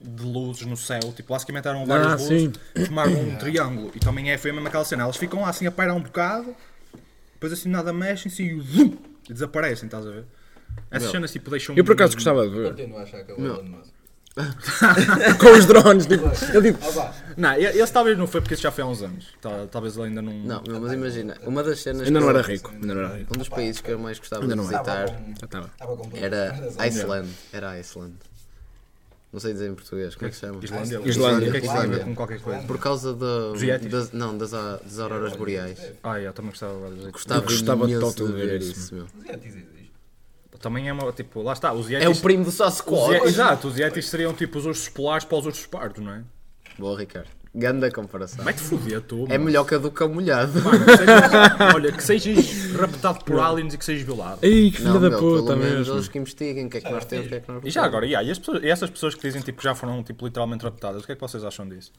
C: de luzes no céu, tipo, basicamente eram várias
D: Ah,
C: luzes que formaram um triângulo e também é, foi a mesma aquela cena, elas ficam lá assim a pairar um bocado, depois assim nada mexem-se e zum, e desaparecem, estás a ver? Essas cenas tipo deixam
D: Eu por acaso gostava de ver.
B: Continuo a achar que é o Elon Musk.
D: Com os drones, tipo, ele tipo,
B: Ah, vá.
C: Não, e- esse talvez não foi porque esse já foi há uns anos, Tal- talvez ele ainda não...
E: Não, meu, mas imagina, uma das cenas.
D: ainda não
E: que eu-
D: era rico. Ainda não era rico.
E: Um dos países que eu mais gostava de
D: não era.
E: visitar
D: Estava.
B: Estava com problemas.
E: era
B: Mas, é
E: Iceland. Era Iceland. Não sei dizer em português, como é que se chama?
C: Islândia.
D: Islândia.
C: O que é que isso tem a ver
E: Islândia.
C: com qualquer coisa?
E: Por causa da-
C: Yetis.
E: das, não, das, a- das auroras boreais.
C: Ah, eu também gostava de
E: Gostava,
D: Eu gostava de
E: imenso
D: tanto
E: de
D: ver
E: ver
D: isso,
E: isso, meu.
B: Os Yetis existem.
C: Também é uma, tipo, lá está, os
E: É o
C: Yetis...
E: primo do
C: os ye-
D: é
E: Sasquatch.
C: Exato, os Yetis seriam tipo os ursos polares para os ursos pardos, não é?
E: Boa, Ricardo. Ganda comparação.
C: Vai-te foder, tu.
E: É melhor que a do cão molhado.
C: Mano, que sejas- olha, que sejas raptado por aliens e que sejas violado.
D: Ei, que filha
E: Não,
D: da
E: meu,
D: puta
E: pelo menos
D: mesmo.
E: eles que investiguem o que é que nós temos, o que é que nós não
C: E já
E: temos.
C: agora, e há- e, as pessoas- e essas pessoas que dizem tipo, que já foram tipo, literalmente raptadas, o que é que vocês acham disso?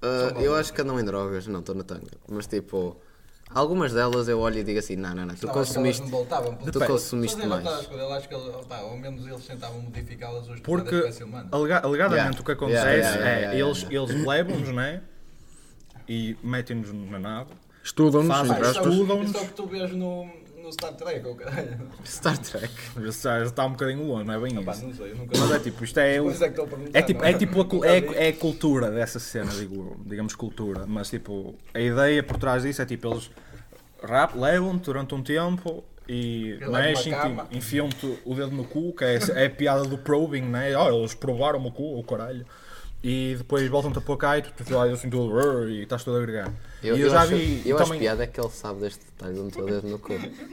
E: Ah, eu acho que andam em drogas, não, estou na tanga. Mas tipo, algumas delas eu olho e digo assim: não, não, não, tu
B: Não, acho que elas
E: consumiste.
B: não voltavam.
E: Tu consumiste
B: Mas eu não
E: mais.
B: estava a escolher, eu acho que eles- opá, ao menos eles tentavam modificá-las hoje por
C: Porque,
B: causa da espécie humana.
C: alega- alegadamente,
E: Yeah.
C: o que acontece
E: Yeah, yeah, yeah,
C: é
E: yeah, yeah,
C: eles, eles levam-nos, né? E metem-nos na nave.
D: Estudam-nos,
C: Fazem-
D: entre
B: Isso é o-
D: aspas.
C: estudam-nos.
B: Isso é o que tu vês no, no Star Trek, ou caralho.
E: Star Trek.
C: Isso já está um bocadinho longe, não é bem
B: Pá,
C: isso.
B: não sei, eu nunca
C: Mas é tipo, isto é o.
B: Pois é que estou a perguntar,
C: É tipo,
B: não é?
C: é, tipo a, cu- é, é a cultura dessa cena, digo, digamos cultura, mas tipo, a ideia por trás disso é tipo, eles rap, levam-te durante um tempo e
B: Levam-te é uma cama.
C: mexem-te, enfiam-te o dedo no cu, que é, é a piada do probing, né? Oh, eles provaram o cu, o caralho. E depois voltam-te a pôr cá e tu, tu lá assim tudo "Rrr", e estás todo a agregar.
E: Eu,
C: e
E: eu acho, eu acho
C: também-
E: piada é que ele sabe deste detalhe onde estou dentro no cu.
C: Nunca
E: Ele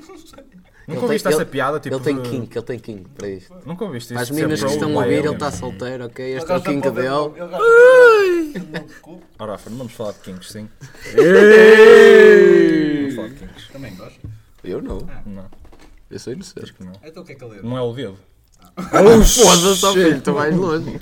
E: tem-
C: ouviste essa
E: ele-
C: piada? Tipo,
E: Ele tem
C: de- é
E: kink, ele tem kink para isto.
C: Nunca ouviste isso?
E: Para as
C: de ser
E: meninas que estão a
C: pro
E: ouvir, ele
C: alien.
E: está solteiro, ok?
B: Mas
E: Este é o
B: eles
E: kink
B: não podem-
E: dele.
B: eles não- eles não- cu,
C: Ora, Rafa, não vamos falar de kinks, sim. Vamos falar de kinks.
B: Também gosto.
E: Eu não,
C: Não,
E: eu sou inocente.
C: que não.
B: Então o que é que ele é?
C: Não é o dedo.
D: Oh,
E: Foda-se, ó
D: shit.
E: filho, tu vais longe.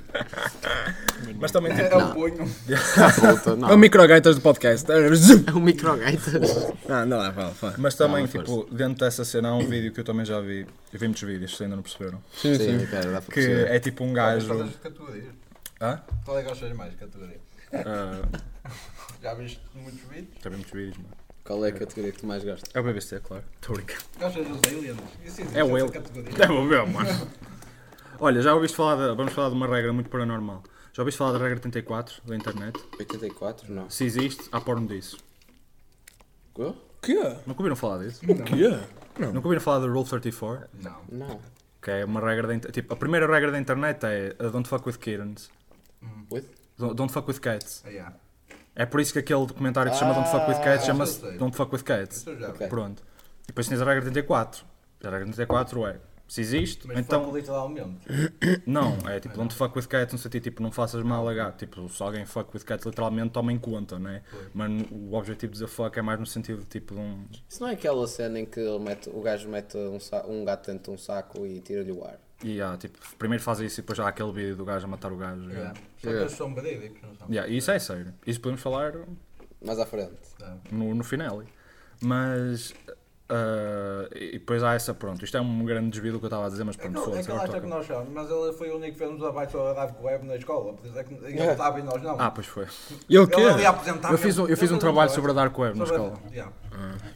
C: Mas também tipo,
B: É o punho.
E: Puta,
D: É o
E: não.
D: microgaitas do podcast. Zum.
E: É um microgaitas.
D: Ah, não lá, fala, fala.
C: mas também tipo, dentro dessa cena há um vídeo que eu também já vi. Eu vi muitos vídeos, se ainda não perceberam.
E: Sim, sim, cara, dá para
C: Que
E: perceber.
C: é tipo um
B: Mas
C: gajo.
B: fazes categorias.
C: Hã?
B: Qual é que gostas mais de categoria?
C: Ah,
B: Já viste muitos vídeos?
C: já vi muitos vídeos, mano.
E: Qual é a categoria que tu mais gostas?
C: É o BBC, claro. Estou brincando.
B: Gostas dos aliens? Isso existe,
C: É o
B: essa
C: ele.
B: categoria.
C: É o meu, mano. Olha, já ouviste falar de. Vamos falar de uma regra muito paranormal. Já ouviste falar da regra 34 da internet?
E: 84? Não.
C: Se existe, há porno disso.
D: O quê?
C: Nunca ouviram falar disso?
D: O quê?
C: Nunca ouviram falar da Rule 34?
B: Não.
E: Não.
C: Que é uma regra da internet. Tipo, a primeira regra da internet é uh, don't fuck with kittens.
E: With?
C: Don't don't fuck with cats.
B: Ah, yeah.
C: É por isso que aquele documentário que se chama Don't Fuck With Cats chama-se
B: sei. Então,
C: Don't Fuck With Cats.
B: Isso eu já vi.
E: Ok.
C: Pronto. E depois tens a regra 34. A regra 34 é, se existe,
B: Mas então,
C: então...
B: foi literalmente.
C: Não, é tipo, don't fuck with cats no sentido, tipo, não faças mal a gato. Tipo, se alguém fuck with cats, literalmente toma em conta, né? Mas o objetivo de dizer fuck é mais no sentido, tipo, de um...
E: Isso não é aquela cena em que ele mete- o gajo mete um, sa- um gato dentro de um saco e tira-lhe o ar.
C: E há, tipo, primeiro faz isso e depois há aquele vídeo do gajo a matar o gajo.
E: É.
B: Yeah.
C: Yeah.
B: Só que eles são verídicos, não são?
C: Yeah, isso é sério. Isso podemos falar
E: Mais à frente.
C: no, no final. Mas... ah, e e depois há essa, pronto, isto é um grande desvio do que eu estava a dizer, mas pronto,
B: Aquela,
C: foda-se.
B: aquela
C: agora
B: acha
C: toca.
B: é que nós chamamos, mas ele foi o único que fez-nos abaixo da Dave Web na escola, por isso é que ele estava e nós não.
C: Ah, pois foi.
D: E o
B: ele ali a
D: quê?
B: apresentar.
C: Eu fiz um, eu fiz
B: tá
C: um trabalho sobre a Dark Web na
B: é? Sobre-
C: escola.
B: Yeah.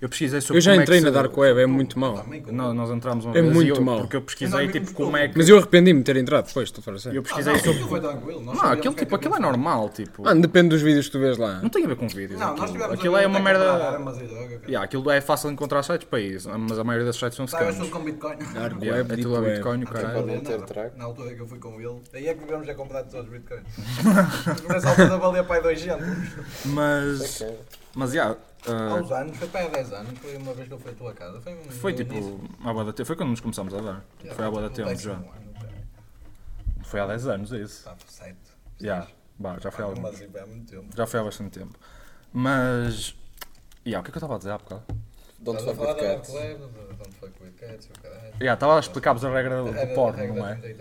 C: Eu pesquisei sobre
D: Eu já
C: como é
D: entrei
C: que
D: na
C: se-
D: Dark Web, é muito mau.
B: Também com-
C: Nó- nós entramos uma
D: É
C: vez e
D: muito
C: eu,
D: mau.
C: porque eu
B: Nós
C: pesquisei
B: vimos
C: tipo como é que
D: Mas eu arrependi-me de ter entrado depois, estou a falar sério.
C: eu pesquisei
B: Ah, Aquilo
C: sobre
B: foi tranquilo. nós
C: não,
B: sabíamos
C: aquilo
B: o que
C: tipo aquilo é
B: que-
C: normal tipo
D: Mano, depende dos vídeos que tu vês lá.
C: não tem a ver com vídeos
B: Não, nós
C: aquilo,
B: tivemos um
C: aquilo é uma merda
B: Armas e droga, cara.
C: yeah, aquilo é fácil de encontrar sites para isso mas a maioria desses sites são
B: Sabe, Tá, eu
C: scams
B: sou com Bitcoin.
D: Dark
C: yeah,
D: Web,
C: é
D: Deep
C: tudo a
D: Web. Ah, tá,
C: bitcoin o caralho
E: Não teve
B: Nada.
E: track.
B: Na altura que eu fui com ele, aí é que tivemos a comprar todos os bitcoins. Nessa altura valia para aí 2 anos.
C: mas mas yeah,
B: Há
C: uh,
B: uns anos, foi para aí há 10 anos, foi uma vez que eu fui à tua casa. Foi, um-
C: foi um
B: no
C: tipo
B: início.
C: à boa da te- foi quando nos começámos a dar
B: Yeah,
C: foi à boa da
B: no
C: tempo
B: décimo
C: já
B: ano, cara.
C: foi há 10 anos é isso
B: Pá, sete.
C: yeah. Bah, já foi há algum
B: Mas tipo, é muito tempo.
C: já foi há bastante tempo mas yeah, o que é que eu estava a dizer há bocado
E: Don't
B: Estás a falar
E: fuck with
B: da Dark
E: cats.
B: Web, don't fuck with cats, o caralho.
C: Yeah, Estava a explicar-vos a regra do do porno, não é?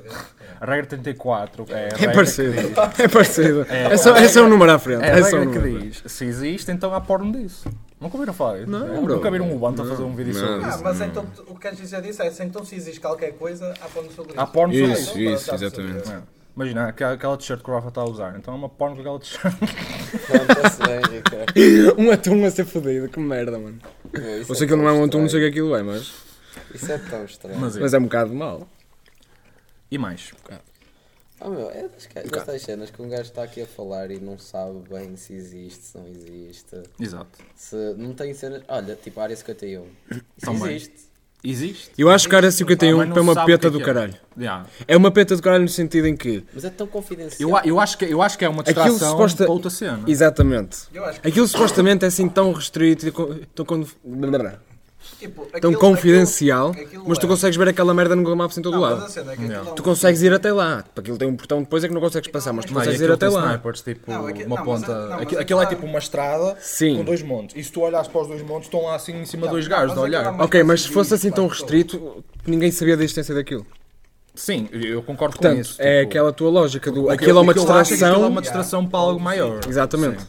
C: A regra 34 é a regra
D: É parecido,
C: que diz-
D: é parecido. É só, é só um número à frente.
C: É a
D: É só um
C: regra que
D: número.
C: diz, se existe, então há porno disso. Nunca ouviram falar?
E: Não,
C: É,
E: bro.
C: Nunca viram um Ubuntu a fazer um vídeo sobre
E: Não.
B: Ah,
C: isso.
B: mas então tu- o que queres dizer disso é se então se existe qualquer coisa, há porno sobre isso.
C: Há porno sobre
B: Então,
C: isso.
B: pronto,
D: Isso, isso,
B: já percebi.
D: exatamente.
C: É. Imagina, aquela aquela t-shirt que o Rafa está a usar. Então é uma porno com aquela t-shirt.
E: Conta-se bem, Ricardo.
F: Um atum a ser fodido, que merda, mano.
D: Ou sei que ele não é um
E: então
D: atum, não sei o que aquilo é, mas.
E: Isso é tão estranho.
C: Mas, é.
D: Mas é um bocado mal.
C: E mais?
E: Ah, meu, é das, ca- destas cenas que um gajo está aqui a falar e não sabe bem se existe, se não existe.
C: Exato.
E: Se não tem cenas. Olha, tipo a área 51. Isso
C: Também.
E: existe.
C: Existe?
D: Eu acho que a área
C: Ah, mas
D: 51
C: não
D: é uma
C: sabe
D: peta
C: o que é
D: do
C: que é.
D: caralho.
C: Yeah.
D: É uma peta do caralho no sentido em que.
E: Mas é tão confidencial.
C: Eu, a- eu, acho que, eu acho que é uma distração
D: Aquilo suposta.
C: para outra cena.
D: Exatamente.
B: Eu acho que
D: Aquilo supostamente é assim tão restrito e co- tão, con-
B: tipo,
D: tão
B: aquilo-
D: confidencial,
B: aquilo- aquilo
D: mas tu
B: é-
D: consegues ver aquela merda no Google Maps em todo
B: Não, mas a
D: lado.
B: cena é que aquilo é um-
D: Tu consegues ir até lá. Tipo, Aquilo tem um portão depois é que não consegues passar, mas tu
C: Não, e
D: consegues ir
C: aquilo
D: até
C: tem
D: lá.
C: snipers, tipo,
B: Não, aqui-
C: uma
B: não, mas-
C: ponta.
B: não, mas
C: Aqui-
B: é
C: aquilo é
B: claro.
C: tipo uma estrada
D: Sim.
C: com dois montes. E se tu olhares para os dois montes, estão lá assim em cima de dois gajos de
B: mas aquilo
C: olhar.
B: é uma-
D: Ok, mas se fosse assim tão restrito, ninguém sabia da existência daquilo.
C: Sim, eu concordo com
D: Portanto,
C: isso.
D: é
C: tipo,
D: aquela tua lógica do
C: o que eu-
D: aquilo é uma
C: o que eu acho que Aquilo é
D: distração.
C: uma distração para algo maior.
D: Exatamente.
C: Sim.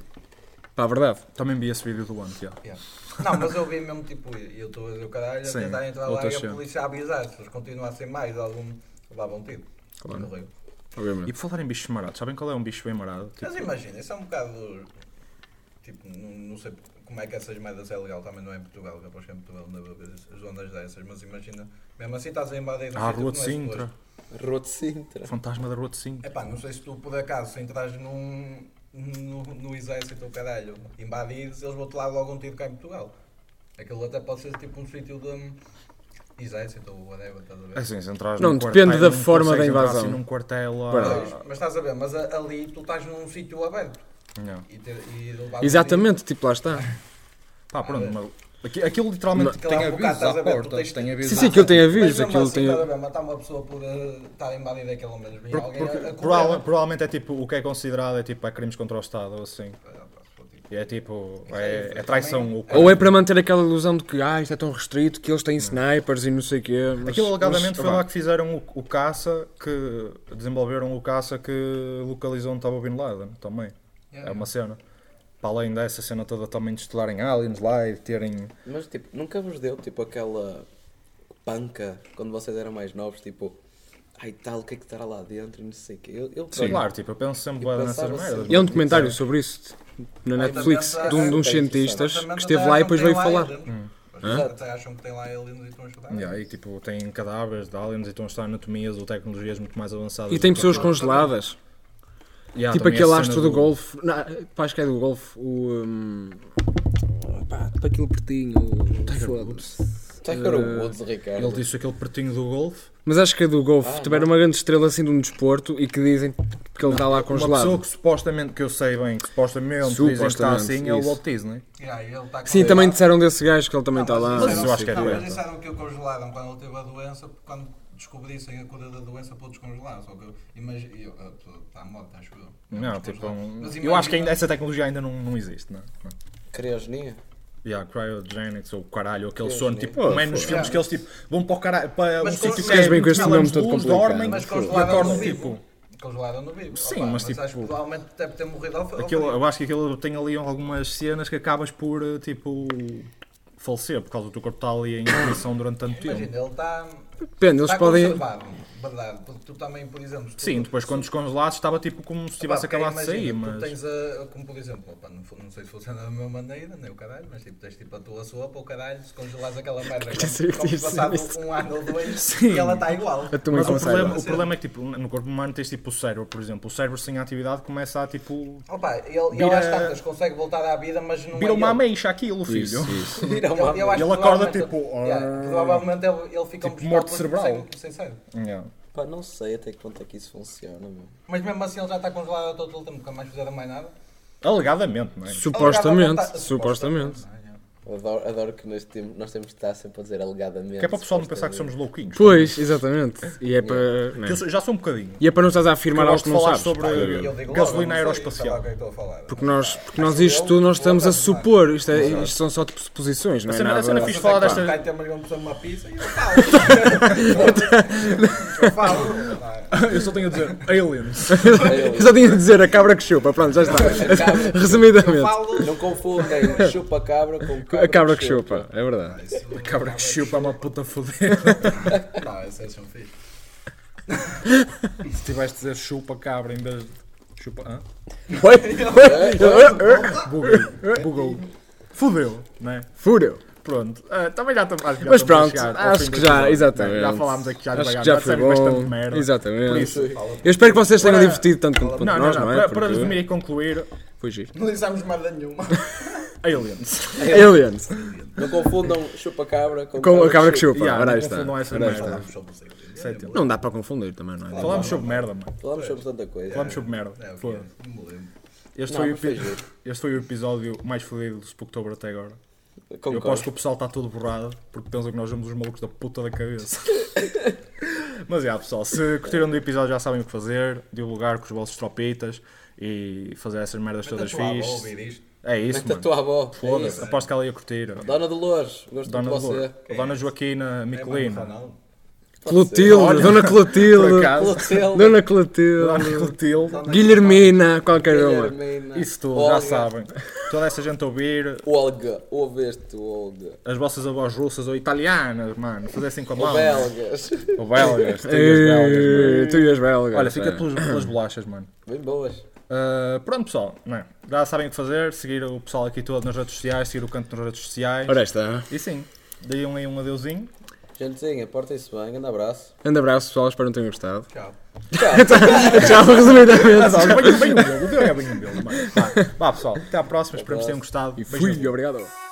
D: Pá, verdade.
C: Também vi esse vídeo do One, yeah.
B: Yeah. Não, mas eu vi mesmo tipo, e eu estou a dizer o caralho, a
C: Sim,
B: tentar entrar lá
C: outras
B: e a
C: cenas.
B: polícia a avisar, se eles continuassem mais algum, levavam um tiro. Morreu.
D: Tipo,
C: E por falar em bichos marados, sabem qual é um bicho bem marado? Tipo,
B: Mas imagina, isso é um bocado. Tipo, não, não sei como é que essas merdas é legal, também não é em Portugal, que eu aposto que é em Portugal não deve haver as ondas dessas, mas imagina, mesmo assim estás a invadir um
C: ah, a
B: sítio que
C: Rua de
B: não é suposto.
C: Sintra.
E: Rua de Sintra.
C: Fantasma da Rua de Sintra.
B: Epá, não sei se tu por acaso se entras num, no, no exército, caralho, invadires, eles vão-te lá logo um tiro cá em Portugal. Aquilo até pode ser tipo um sítio de exército ou whatever, estás a
D: É
B: ver?
C: Assim, se entrares
D: Não,
C: num
D: depende
C: quartel-
D: da
C: não
D: forma
C: consegues
D: da
C: entrar
D: invasão.
C: Assim, num quartel. ah,
D: Pois.
B: Mas estás a ver, mas a- ali tu estás num sítio aberto
C: yeah.
B: e, ter, e levar um
D: Exatamente, tipo, lá está.
C: Tá, pronto.
B: É.
C: mas aqui- Aquilo literalmente
B: Aquela
C: tem
B: bocata,
C: aviso
B: um estás a
C: à
B: ver, tu
C: porta.
B: tens-
C: Tem aviso
D: Sim,
C: à
D: sim, aquilo tem
B: tiro. Mas
D: avisos,
B: mesmo
D: aquilo
B: assim,
D: tem.
B: estás a ver, matar uma pessoa por eh, estar a invadir aquele mesmo. e
C: Porque,
B: alguém
C: porque
B: a- a correr. né?
C: prova- provavelmente é tipo, o que é considerado é tipo, é crimes contra o Estado ou assim.
B: Ah, pá, pô, tipo,
C: E é tipo, é, é traição. Ou,
D: Ou é para manter aquela ilusão de que ah, isto é tão restrito que eles têm snipers e não sei o quê. Mas,
C: Aquilo
D: mas,
C: alegadamente foi
D: vá.
C: lá que fizeram o, o caça, que desenvolveram o caça que localizou onde estava o Bin Laden também. É uma cena. Para além dessa cena toda também de estudarem aliens lá e terem.
E: Mas tipo, nunca vos deu tipo aquela panca quando vocês eram mais novos, tipo, ai tal, o que é que estará lá dentro e não sei o quê. Eu, eu
C: Claro, tipo, eu penso sempre
E: E
C: bué nessas
B: assim.
E: pensava
C: merdas.
E: sempre.
D: E há um documentário sobre isso tipo, na Netflix de um, de
C: é
D: uns cientistas que esteve lá e depois veio falar.
B: Eles até acham é, que tem lá aliens e estão a estudar.
C: Yeah, e tipo, tem cadáveres de aliens e estão a estar anatomias ou tecnologias muito mais avançadas.
D: E tem
C: do que
D: pessoas
C: aquilo.
D: congeladas.
C: Yeah,
D: Tipo
C: também
D: aquele
C: a cena
D: astro do, golfe. Não, pá, acho que é do golfe. O. hum, pá, tipo aquele pertinho. Foda-se.
E: Está é que era o Woods, Ricardo.
C: Eh, Ele disse aquele pertinho do golfe.
D: Mas acho que é do golfe.
C: Ah,
D: Também era uma grande estrela assim de um desporto e que dizem que ele está lá
C: Uma pessoa
D: congelado.
C: que supostamente, que eu sei bem, que supostamente, dizem que está
D: Supostamente,
C: assim é o
D: isso.
C: Walt Disney.
B: Yeah, e ele tá com
D: Sim,
B: ele
D: também
B: lá.
D: disseram desse gajo que ele também está lá.
C: Mas eu acho que é
B: Não, mas
C: doente.
B: disseram que o congelaram quando ele teve a doença, porque quando descobrissem a cura da doença, pôde descongelar. Só que eu imagino. Está morto, acho eu.
C: Não, tipo, um-
B: Mas
C: eu acho que ainda,
B: imagina-
C: essa tecnologia ainda não, não existe, não é? Não.
E: Criogenia?
C: Yeah, cryogenics ou caralho, aquele
E: Deus
C: sono,
E: me
C: tipo, como é nos filmes que eles tipo, vão para o caralho, para
B: Mas
C: um
B: com-
C: sítio
B: Ficas
C: é
D: bem com este
C: 20
D: nome
C: anos de
D: todo
C: luz,
D: complicado.
C: dormem
B: Mas
C: e
B: congelaram
C: acordam
B: no vivo.
C: tipo.
B: Congelaram no vivo.
C: Sim,
B: Opa,
C: mas tipo-
B: acho que provavelmente deve ter morrido ao ao
C: Aquilo,
B: frio.
C: eu acho que aquilo tem ali algumas cenas que acabas por eh, tipo falecer por causa do teu corpo estar ali em posição durante tanto tempo.
B: Imagina, ele está.
D: Depende,
C: tá
D: eles
B: está
D: podem.
B: conservado, verdade. Porque tu também, por exemplo. se tu-
C: Sim, depois quando descongelaste estava tipo como se tivesse
B: Pá, porque
C: acabado de sair,
B: imagina,
C: mas.
B: Tu tens a, como por exemplo, opa, não, fu- não sei se funciona da mesma maneira, nem o caralho, mas tipo, tens tipo a tua sopa, o caralho, se congelares aquela merda, como, como se passado um ano ou dois,
C: Sim.
B: e ela está igual.
D: A tua
C: Mas o
D: conserva.
C: problema, o problema é que tipo, no corpo humano tens tipo o cérebro, por exemplo. O cérebro sem atividade começa a tipo.
B: Opa, ele, ele
C: Vira-
B: às tantas consegue voltar à vida, mas não
C: Vira
B: é
C: uma
B: ele.
C: ameixa aquilo, filho.
E: Vira
B: Eu- eu
E: uma
B: acho que
C: Ele acorda,
B: provavelmente-
C: tipo,
B: Yeah, provavelmente ele, ele fica
C: tipo,
B: um
C: morte
B: bocado
C: cerebral.
B: Sem, sem cérebro.
C: Yeah.
E: Pá, não sei até que ponto é que isso funciona, meu.
B: Mas mesmo assim ele já está congelado a todo o tempo, nunca mais fizeram mais nada.
C: Alegadamente, não é?
D: Supostamente,
B: Alegadamente,
D: supostamente.
B: Ah, yeah.
E: Eu Adoro, adoro que nós temos, nós temos de estar sempre a dizer alegadamente.
C: Que é para o pessoal não pensar que somos louquinhos.
D: Pois, exatamente. E é para. né?
C: Que eu sou- já sou um bocadinho.
D: E é para não estás a afirmar
C: Eu
D: algo
C: gosto
D: que
C: de
D: não
C: falar
D: sabes.
C: sobre
B: E eu digo,
C: gasolina
B: logo, eu não sei, sei lá
C: aeroespacial.
B: o que é que estou a falar.
D: Porque nós, porque nós isto tudo nós estamos a supor. Isto, é- isto são só tipo suposições, não
C: A
D: é?
C: cena- a
D: nada-
C: cena fixe falar desta.
B: Vai ter uma pessoa numa pizza e eu falo. eu falo.
C: Eu só tenho a dizer aliens.
D: Eu só tinha a dizer a cabra que chupa, pronto, já está. Resumidamente,
E: Não confundem chupa-cabra com cabra
D: a cabra que chupa, é verdade.
C: A cabra que chupa é uma puta foder.
B: Não, esses são fixe.
C: Se tiveste a dizer chupa cabra em vez de chupa. Hã?
D: Oi, oi, oi,
C: Bugou. Bugou. Fudeu, né?
D: Fúrio.
C: Pronto. Ah, também já estamos. Acho que já
D: Mas
C: estamos a
D: pronto,
C: chegar ao fim
D: acho
C: do
D: que já,
C: episódio.
D: exatamente.
C: Já falámos aqui já
D: Acho
C: devagar.
D: que já
C: já
D: foi
C: dissemos bastante
D: bom.
C: merda.
D: Exatamente.
C: Por isso.
D: Eu espero que vocês tenham
C: Para-
D: divertido tanto quanto quanto
C: Não, não,
D: nós,
C: não.
D: não
C: para,
D: é?
C: para resumir
D: Porque
C: e concluir,
D: foi giro.
B: Não dissemos merda nenhuma.
C: aliens.
D: Aliens,
E: Não confundam chupa-cabra com,
D: com a cabra que chupa,
C: Yeah,
D: ora
C: não
D: aí está.
C: confundam essa
D: ora aí
C: merda.
D: está.
B: Só você.
D: Não dá para confundir também, não é?
C: Falámos sobre merda, mano.
E: Falamos sobre tanta coisa.
C: Falámos sobre merda.
B: É, o que
C: Foda-se.
B: é? Não me lembro.
C: Este,
E: Não,
C: foi o
E: mas foi
C: epi- este foi o episódio mais fodido do Spooktober até agora. Eu
E: Concordo.
C: aposto que o pessoal está todo borrado porque pensam que nós somos os malucos da puta da cabeça. Mas é, pessoal, se curtiram do episódio já sabem o que fazer, divulgar com os vossos tropitas e fazer essas merdas todas
B: Estou lá a
C: fixe.
B: ouvir isto.
C: É isso,
E: Mete a
C: mano.
E: tua avó. É
C: Foda-se,
E: isso.
C: aposto que ela ia curtir.
E: Dona Dolores, gosto
C: Dona,
E: muito de
C: Dolor,
E: você.
C: Dona Joaquina
B: É, mas não fala
C: Miquelina.
B: nada.
D: Clotilde, Dona Clotilde,
E: Clotilde,
D: Dona Clotilde,
C: Dona Clotilde.
D: Guilhermina, qualquer uma.
E: Guilhermina,
C: Isso tudo, já
E: Olga.
C: sabem. Toda essa gente a ouvir,
E: Olga, ouveste Olga.
C: as vossas avós russas ou italianas, mano, fazessem com a
E: Ou
C: mão. Ah, mano.
E: belgas.
C: Ou belgas, tigas belgas.
D: Ei, Tu e as Eh, belgas.
C: mano. Olha, fica
D: é.
C: pelos- pelas bolachas, mano.
E: Bem boas.
C: Uh, pronto, pessoal, não é? já sabem o que fazer. Seguir o pessoal aqui todo nas redes sociais, seguir o canto nas redes sociais.
D: Ora aí está.
C: E sim, deem aí um adeuzinho.
E: Gentezinha, portem-se bem. Grande abraço.
D: Grande abraço, pessoal, espero que tenham gostado.
B: Tchau.
D: Tchau, resumidamente.
C: Pessoal, bem, bem humilde, o Deu é bem humilde, mano. Vá, vá, pessoal, até à próxima. Esperamos que tenham gostado.
D: E
C: Beijinho.
D: fui, obrigado.